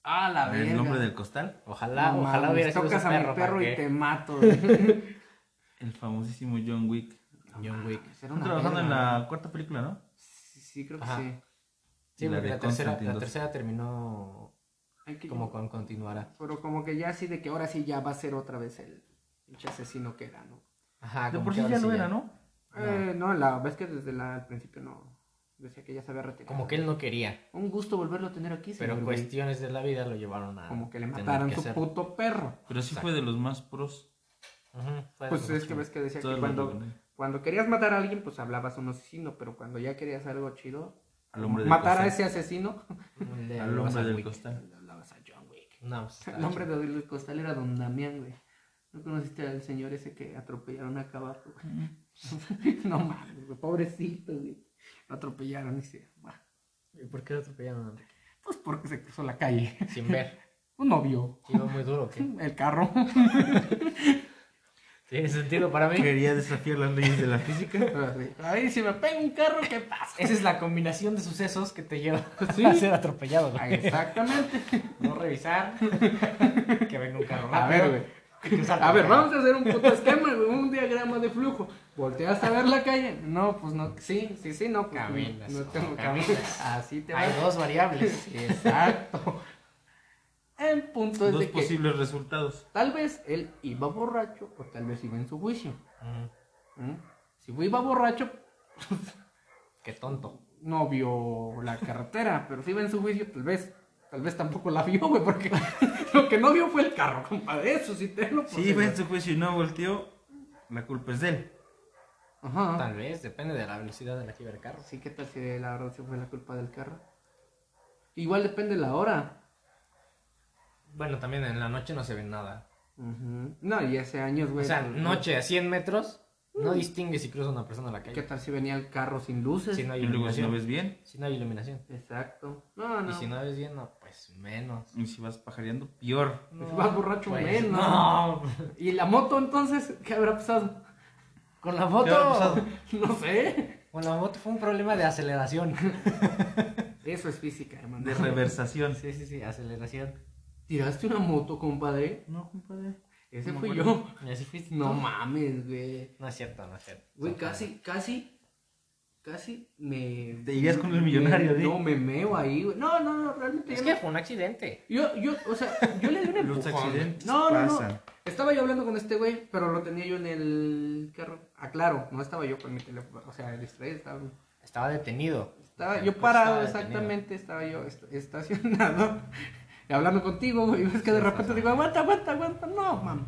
Ah, la verga.
El nombre del costal.
Ojalá,
No
ojalá
mames,
hubiera sido
tocas
ese
a
perro.
mi perro
para
y
que-
te mato. güey.
El famosísimo John Wick.
John Wick.
Pues
Están
Era una
trabajando en
verga.
la cuarta película, ¿no?
Sí, sí, creo que
Ajá.
sí.
Sí,
Y la
porque
de
la, tercera,
Constantine
la
dos.
tercera terminó
Hay que-
como con continuará.
Pero como que ya así de que ahora sí ya va a ser otra vez el pinche asesino que era, ¿no?
Ajá,
De
como
por
que
sí
ahora
ya
sí
lo era, ¿no?
No.
Eh, no, la ves que desde la, al principio no. Decía que ya se había retirado.
Como que él no quería,
Un gusto volverlo a tener aquí,
pero
señor, güey.
cuestiones de la vida lo llevaron a.
Como que le
tener
mataron
que
su
hacer-
puto perro.
Pero sí fue de los más pros.
Ujú, fue de
Pues
los
es que
últimos.
ves que decía
Todo
que
lo
cuando,
bueno.
cuando querías matar a alguien, pues hablabas a un asesino, pero cuando ya querías algo chido,
Al hombre del
matar a
costal.
ese asesino,
Le
Al
hablabas a
hombre del
Wick.
costal.
le hablabas a John Wick.
No, pues, está
El nombre
chido.
de Luis Costal era Don Damián, güey. ¿No conociste al señor ese que atropellaron a Cabaco, güey? no mames, güey, pobrecito, güey. Lo atropellaron y se... bah,
¿Y ¿Por qué lo atropellaron?
Pues porque se cruzó la calle.
Sin ver.
Un novio.
Iba muy duro, ¿o ¿qué?
El carro.
Tiene sentido para mí.
Quería desafiar las leyes de la física.
Ay, si me pega un carro, ¿qué pasa?
Esa es la combinación de sucesos que te lleva a ser atropellado.
Ah,
güey.
Exactamente.
No revisar. que venga un carro
A ver, güey. A ver, vamos a hacer un puto esquema, güey, un diagrama de flujo. Volteas a ver la calle. No, pues no. Sí, sí, sí, no. Pues,
Caminas,
No tengo
caminas.
camino. Así te
Hay
vas.
dos variables.
Exacto. El punto es
Dos
de que
posibles resultados.
tal vez él iba borracho o tal vez iba en su juicio. ¿Mm? Si iba borracho,
Qué tonto.
no vio la carretera, pero si iba en su juicio, tal vez, tal vez tampoco la vio, güey, porque lo que no vio fue el carro, compadre. Eso sí te lo
Si iba en su este juicio y no volteó, la culpa es de él.
Ajá.
Tal vez, depende de la velocidad de la que iba el carro.
Sí, ¿qué tal si la verdad sí fue la culpa del carro? Igual depende la hora.
Bueno, también en la noche no se ve nada.
Ujú. No, y hace años,
O
güey.
sea,
pues,
noche a 100 metros, no distingue si cruza una persona a la
¿Qué
calle.
tal si venía el carro sin luces?
Si no hay
Y luego si no
iluminación.
ves bien,
Si no hay iluminación.
Exacto. No, no.
Y si no ves bien, no, pues menos.
y si vas pajareando, peor.
Pues va borracho
pues,
menos.
No,
¿Y la moto entonces? ¿Qué habrá pasado?
con la
¿Qué habrá pasado?
moto.
No sé.
Con la moto fue un problema de aceleración.
Eso es física, hermano.
De reversación.
Sí, sí, sí, aceleración.
¿Tiraste una moto, compadre?
No, compadre.
Ese
No
fui
me
yo.
Y así fuiste.
No mames, güey.
No es cierto, no es cierto.
Güey,
Son
casi, casi, casi me...
Te irías con el
me-
millonario, di.
No, me meo ahí, güey. No, no, no, realmente
Es
yo
que
no-
fue un accidente.
Yo, yo, o sea, yo le di un
Los
empujón.
accidentes
No, no, no.
pasan.
Estaba yo hablando con este güey, pero lo tenía yo en el carro. Ah, claro, no estaba yo con mi teléfono, o sea, distraído, estaba...
Estaba detenido.
Estaba
El
yo
coche
parado,
Pues estaba detenido.
exactamente, estaba yo est- estacionado y hablando contigo, güey. Es que de repente digo, aguanta, aguanta, aguanta. No, mam.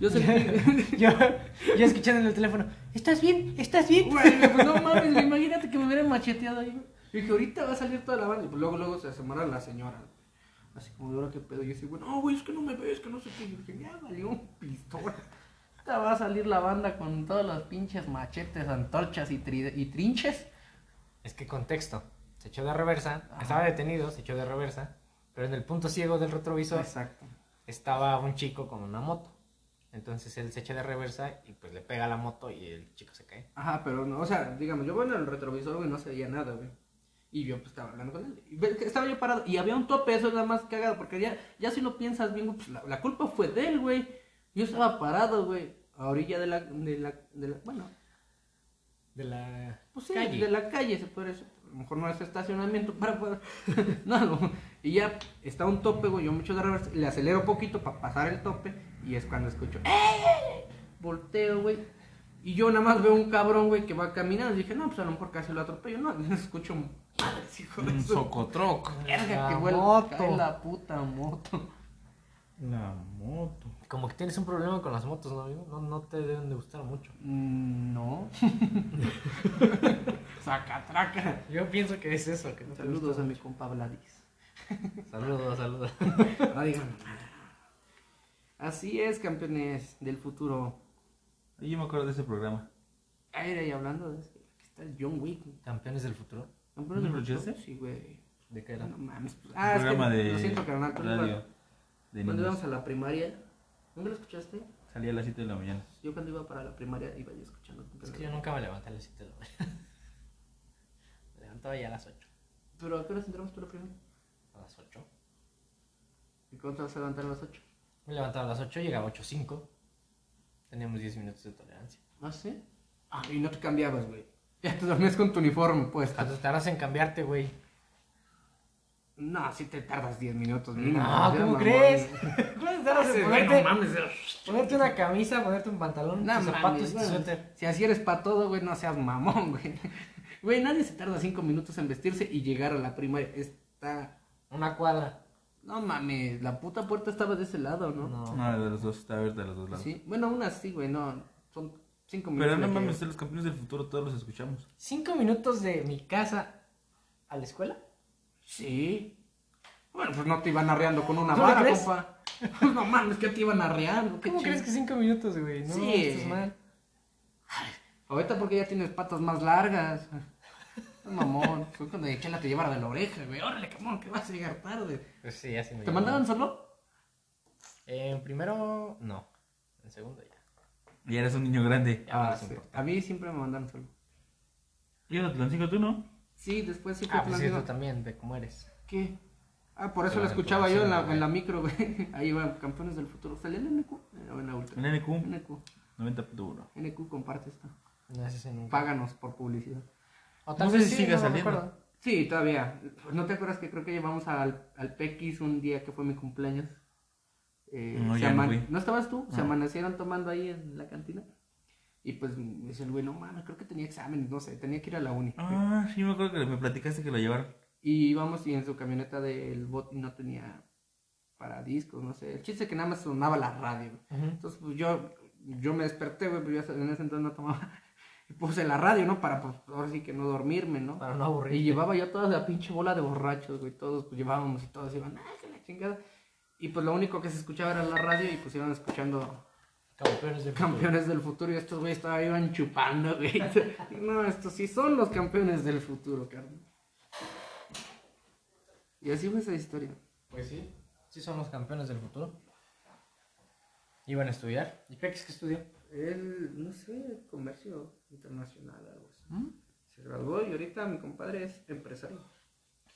Yo sentí,
Yo, yo escuché en el teléfono, ¿estás bien? ¿Estás bien?
güey, pues no mames, güey, imagínate que me hubieran macheteado ahí. güey. Y dije, ahorita va a salir toda la banda. Y pues luego, luego se asomaron la señora. Así como, ¿y ahora qué pedo? Y yo así, güey, no, güey, es que no me ves, que no sé qué. Y yo dije, ya valió un pistola. puta, va a salir la banda con todos los pinches machetes, antorchas y, tri- y trinches.
Es que contexto. Se echó de reversa, estaba detenido, se echó de reversa, pero en el punto ciego del retrovisor
Exacto.
estaba un chico con una moto. Entonces él se echa de reversa y pues le pega a la moto y el chico se cae.
Ajá, pero no, o sea, digamos, yo voy en el retrovisor, güey, no se veía nada, güey. Y yo pues estaba hablando con él. Y ve que estaba yo parado. Y había un tope, eso es la más cagado. Porque ya, ya si lo piensas bien, güey, pues la, la culpa fue de él, güey. Yo estaba parado, güey. A orilla de la, de la, de la, bueno,
De la
pues sí,
calle.
de la calle se puede decir. A lo mejor no es estacionamiento para poder. no, no. Y ya está un tope, güey. Yo mucho de reversa. Le acelero poquito para pasar el tope. Y es cuando escucho. "¡Eh!". Volteo, güey. Y yo nada más veo un cabrón, güey, que va caminando. Y dije, no, pues a lo mejor casi lo atropello. No, escucho un. Madres, hijo de
Un
su
socotroc.
verga,
La
que vuelve.
moto.
Cae la puta moto.
La moto.
Como que tienes un problema con las motos, ¿no, amigo? No, no te deben de gustar mucho.
Mm, No. Sacatraca.
Yo pienso que es eso, que no te
Saludos a
gusta
mi compa Vladis.
mucho. Saludos, saludos.
No digan nada. Así es, campeones del futuro.
Ay, Yo me acuerdo de ese programa.
Aire y hablando de eso. Aquí está el John Wick.
Campeones del futuro.
¿Campeones del
¿No lo
futuro?
echaste?
Sí, güey.
¿De qué era?
No mames. pues.
Un
Ah, es
programa
que
de
lo siento, carnal. tú igual.
radio. De
Cuando
niños.
íbamos a la primaria, ¿nunca lo escuchaste?
Salía a las 7 de la mañana.
Yo cuando iba para la primaria iba yo escuchando.
Es que yo nunca me levanté a las 7 de la mañana. Me levantaba ya a las 8.
Pero ¿a qué horas entramos tú la primaria?
A las 8.
¿Y cuánto vas a levantar a las 8?
Me levantaba a las 8, llegaba a 8.05. Teníamos 10 minutos de tolerancia.
¿Ah, sí? Ah, y no te cambiabas, güey. Ya te dormías con tu uniforme puesto.
Cuando tardas en cambiarte, güey.
No, si te tardas 10 minutos mínimo.
No,
era
Ah, ¿cómo
mamón.
crees? ¿Cuándo tardas
Sí,
en
güey,
ponerte,
no mames. era-
ponerte una camisa, ponerte un pantalón,
No
tus zapatos
mames,
y tu
güey.
suéter?
Si así eres para todo, güey, no seas mamón, güey. Güey, nadie se tarda cinco minutos en vestirse y llegar a la primaria. Está.
Una cuadra.
No mames, la puta puerta estaba de ese lado, ¿no?
No.
No, de los dos, está abierta de los dos lados.
Sí. Bueno, aún así, güey, no. Son cinco minutos.
Pero no
de que-
mames, los campeones del futuro todos los escuchamos.
¿Cinco minutos de mi casa a la escuela?
Sí. Bueno, pues no te iban arreando con una
¿No le
vara,
crees?
compa. No mames, que te iban arreando. qué
¿Cómo
ching-
crees que cinco minutos, güey? No,
Sí.
estás mal.
Ahorita porque ya tienes patas más largas. No, Mamón, fue cuando de chela te llevara de la oreja, güey. Órale, camón, que vas a llegar tarde.
Pues sí, así me
¿Te
llevaba.
mandaban solo?
En primero, no. En segundo, ya.
Y eres un niño grande.
Ya no
Ah,
les
sí.
importa.
A mí siempre me mandaron solo.
Y era Atlántico, tú no.
Sí, después sí fue
Ah, pues sí,
plan,
tú
digo,
también, de cómo eres.
¿Qué? Ah, por eso
Pero
la
en tu
escuchaba yo en la,
acento,
en la micro, güey. Ahí iban campeones del futuro. ¿Salía en NQ? Eh, o en la
En
ultra.
NQ,
NQ.
90.1.
NQ comparte esto.
No haces en un...
Páganos por publicidad.
O
No sé si
no
siga
me
saliendo.
acuerdo.
Sí, todavía. ¿No te acuerdas que creo que llevamos al, al PX un día que fue mi cumpleaños? Eh,
No,
se
ya no
aman-
fui.
estabas tú? Se
No.
amanecieron tomando ahí en la cantina. Y pues me dice el güey, no mames, creo que tenía exámenes, no sé, tenía que ir a la uni.
Ah, sí, me acuerdo que me platicaste que lo llevaron.
Y íbamos y en su camioneta del bot no tenía para discos, no sé. El chiste es que nada más sonaba la radio. güey.
Ujú.
Entonces, pues yo, yo me desperté, güey, pero yo en ese entonces no tomaba. Y puse la radio, ¿no? Para, pues, ahora sí que no dormirme, ¿no?
Para no aburrir.
Y llevaba ya toda la pinche bola de borrachos, güey. Todos pues, llevábamos y todos iban, ¡ah, que la chingada! Y pues lo único que se escuchaba era la radio y pues iban escuchando
Campeones de
campeones del futuro y estos güeyes todavía iban chupando, güey. No, estos sí son los campeones del futuro, carnal. Y así fue esa historia.
Pues sí. Sí son los campeones del futuro. Iban a estudiar. ¿Y Pex qué estudió?
Él, no sé, comercio internacional, algo así. Se graduó y ahorita mi compadre es empresario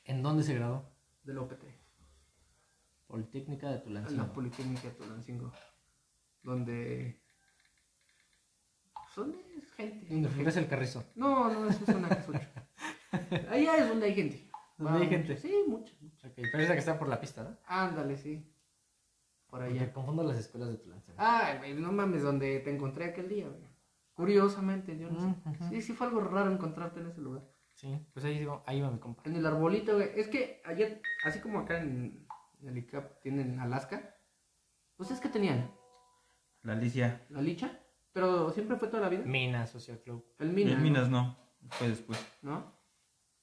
¿En dónde se graduó?
del OPT,
Politécnica de
en la
Tulancingo.
Politécnica de Tulancingo, donde son es gente.
¿Dónde fundé el carrizo?
No, no, eso es una casucha. Allá es donde hay gente.
Donde hay gente.
Sí, mucha.
Ok, pero esa que está por la pista, ¿no?
Ándale, sí. Por allá.
Porque confundo las escuelas de Tulancingo.
Ay, güey, no mames, donde te encontré aquel día, güey. Curiosamente, yo no sé.
Mm, ujú.
Sí, sí fue algo raro encontrarte en ese lugar.
Sí, pues ahí, digo, ahí va mi compa.
En el arbolito, güey. Es que ayer, así como acá en, en el ICAP tienen Alaska, ¿ustedes qué tenían?
La Alicia.
¿La licha? Pero siempre fue toda la vida.
Minas, Social Club.
El
Y
mina.
en Minas no. Fue después.
¿no?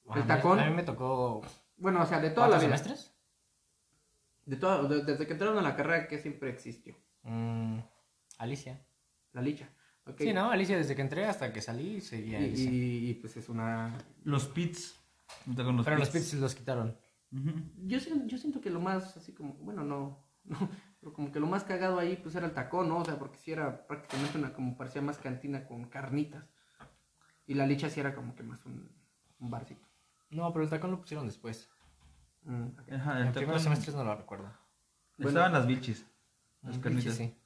¿No?
A mí-
tacón?
A mí me tocó
Bueno, o sea, de toda la
cuatro
vida.
semestres.
De toda, de- desde que entraron a la carrera que siempre existió.
Mm, Alicia.
la licha. Ok.
Sí, no, Alicia desde que entré hasta que salí seguía
Y,
Alicia.
y- y, pues es una...
Los pits. Junto con los
Pero los pits los quitaron.
Ujú.
Yo, sien- yo siento que lo más así como, bueno, no, no, pero como que lo más cagado ahí pues era el tacón, ¿no? O sea, porque sí era prácticamente una, como parecía más cantina con carnitas. Y la licha sí era como que más un, un barcito.
No, pero el tacón lo pusieron después.
Mm, ok.
Ajá,
En
Ah, el tacón.
primeros semestres no lo recuerdo.
Estaban las bichis. Las
Mm,
carnitas.
sí, sí.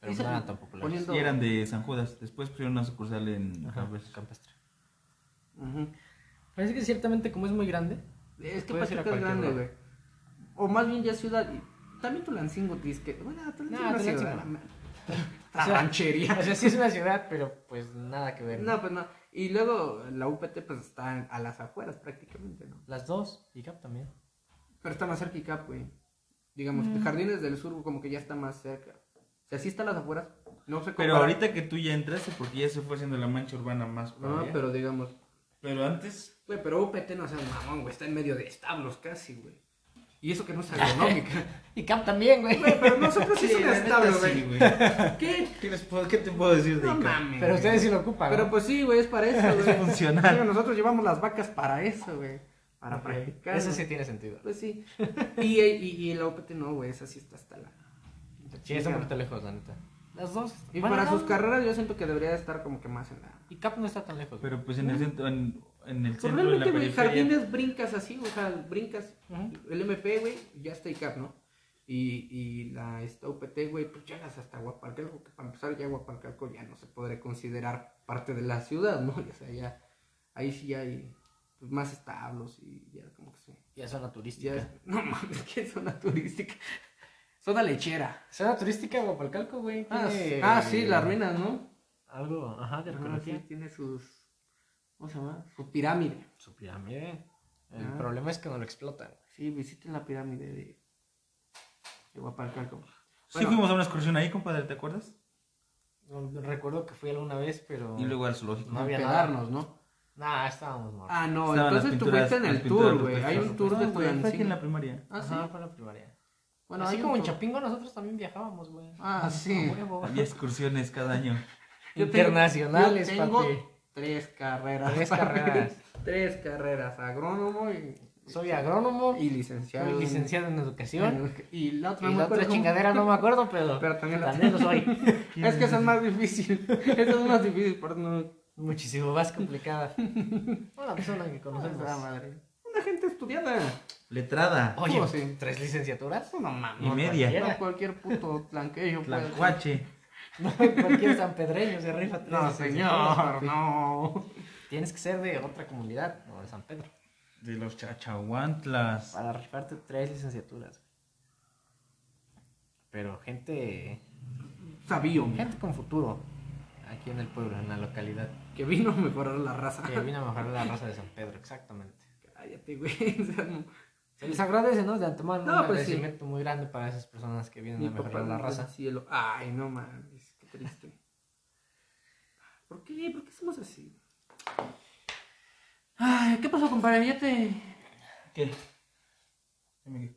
Pero
Esa-
no eran tan populares.
poniendo-
Y eran de San Judas. Después pusieron una sucursal en
Ajá,
Campes.
campestre.
Ujú.
Parece que ciertamente como es muy grande.
Es que
Puedes ir a
Pachuca es
cualquier
grande, güey.
lugar.
O más bien ya es ciudad. y También Tulancingo, tienes que... Bueno, Tulancingo
No,
no, es
Tulancingo
ciudad.
no.
La
O sea,
ranchería.
O sea, sí es una ciudad, pero pues nada que ver.
No, pues no. Y luego la UPT pues está a las afueras prácticamente, ¿no?
Las dos, y Cap también.
Pero está más cerca ICAP, güey. Digamos,
Mm.
Jardines del Sur como que ya está más cerca. O sea, sí está a las afueras. No sé
Pero ahorita que tú ya entraste, porque ya se fue haciendo la mancha urbana más para
No,
allá.
Ah, pero digamos...
Pero antes.
Güey, pero UPT no seas mamón, güey. Está en medio de establos casi, güey. Y eso que no es agronómica.
Y Cap también, güey.
Güey, pero nosotros Pues sí es un
la neta
establo,
sí,
güey. ¿Qué?
¿Qué, les puedo- qué te puedo decir de
No
Ica?
mames.
Pero
güey.
ustedes sí lo ocupan.
Pero
¿no?
pues sí, güey, es para eso, güey.
Es funcional.
Digo, nosotros llevamos las vacas para eso, güey. Para
Ok,
practicar.
Eso
güey.
sí tiene sentido.
Pues sí. Y, y, y la OPT no, güey, esa sí está hasta la.
Sí, está un poquito lejos, la neta. Las dos.
Y
Bueno,
para
no,
sus carreras yo siento que debería estar como que más en la.
Y Cap no está tan lejos.
Pero pues en el centro, en, en el
Pues
centro, en la
realmente, güey,
periferia.
jardines brincas así, o sea, brincas.
Ujú.
El MP, güey, ya está ICAP, ¿no? Y, y la esta UPT, güey, pues llegas hasta Guapalcalco, que para empezar ya Guapalcalco ya no se podría considerar parte de la ciudad, ¿no? O sea, ya, ahí sí hay pues, más establos y ya como que se...
Ya zona turística.
Ya es- no mames, que es zona turística. Zona lechera.
Zona turística de Guapalcalco, güey.
Ah,
tiene-
ah, sí, las ruinas, ¿no?
Algo, ajá, de
Ah, sí,
arqueología.
tiene sus. ¿Cómo se llama? Su pirámide.
Su pirámide. El
Ah.
problema es que no lo explotan.
Sí, visiten la pirámide de, de Guapalcalco.
Sí
Bueno.
fuimos a una excursión ahí, compadre, ¿te acuerdas?
No- Recuerdo que fui alguna vez, pero.
Y luego al zoológico.
No había
Hospedarnos, ¿no?
Nah, estábamos mal.
Ah, no,
Estaban las
entonces tú
pinturas-
fuiste en
las
el
pinturas
tour, güey.
rupestres,
Hay un tour de
rupestres, güey, fue aquí en
Tulancingo.
la primaria.
Ah, sí.
Ajá, fue la primaria.
Bueno,
Así
hay
como
un
en
tour.
Chapingo nosotros también viajábamos, güey.
Ah, sí.
A huevo.
Había excursiones cada año.
Yo tengo-
Internacionales,
yo tengo
papi.
Tres carreras.
Tres
papi.
carreras.
tres carreras. Agrónomo y,
Soy agrónomo.
y licenciado.
Soy
en-
licenciado en educación.
Y la
Y
otra, no me
la
acuerdo
otra
cómo-
chingadera no me acuerdo, pero,
Pero también la-
lo soy.
Es que esa es más difícil. Esa es más difícil, por eso no.
Muchísimo más complicada. Una persona pues que conocemos.
Ah, madre. Una gente estudiada.
Letrada.
Oye,
¿Cómo sí?
¿tres licenciaturas?
No
Y
mames.
media.
cualquiera.
No, cualquier puto planqueño puede.
Tlacuache.
No, cualquier sanpedreño se rifa tres
No,
licenciaturas,
señor,
papi.
no.
Tienes que ser de otra comunidad, no de San Pedro,
De los chachahuantlas.
para rifarte tres licenciaturas. Pero gente,
Sabío
gente con futuro, aquí en el pueblo, en la localidad,
que vino a mejorar la raza.
que vino a mejorar la raza de San Pedro, exactamente.
Cállate, güey. o sea, no.
Se les agradece, ¿no? De antemano,
No,
un
pues sí.
agradecimiento muy grande para esas personas que vienen
Mi
a
papá
mejorar la
no está en
raza.
el cielo. Ay, no mames, qué triste. ¿Por qué? ¿Por qué somos así? Ay, ¿qué pasó, compadre? ¿Ya te
¿Qué? Dime qué.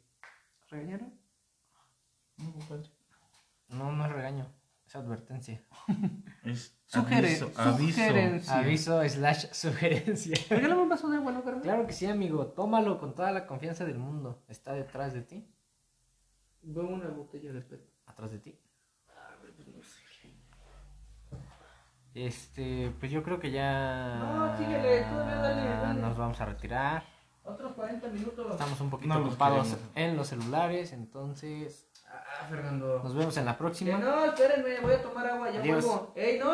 regañaron?
No, compadre.
No, no es regaño, es advertencia.
Es
Sugere-
aviso, aviso.
sugerencia. Sí.
Aviso slash sugerencia.
Regálame un vaso de agua, ¿no, carnal?
Claro que sí, amigo. Tómalo con toda la confianza del mundo. Está detrás de ti.
Veo una botella de pet. pues,
Atrás de ti. Este, pues yo creo que ya.
No, síguele, todavía dale, dale.
Nos vamos a retirar.
Otros 40 minutos.
Estamos un poquito
No los
ocupados
queremos.
en los celulares. Entonces,
Ah, Fernando.
nos vemos en la próxima.
Que no, espérenme, voy a tomar agua, ya
Adiós.
vuelvo. ¡Ey, no!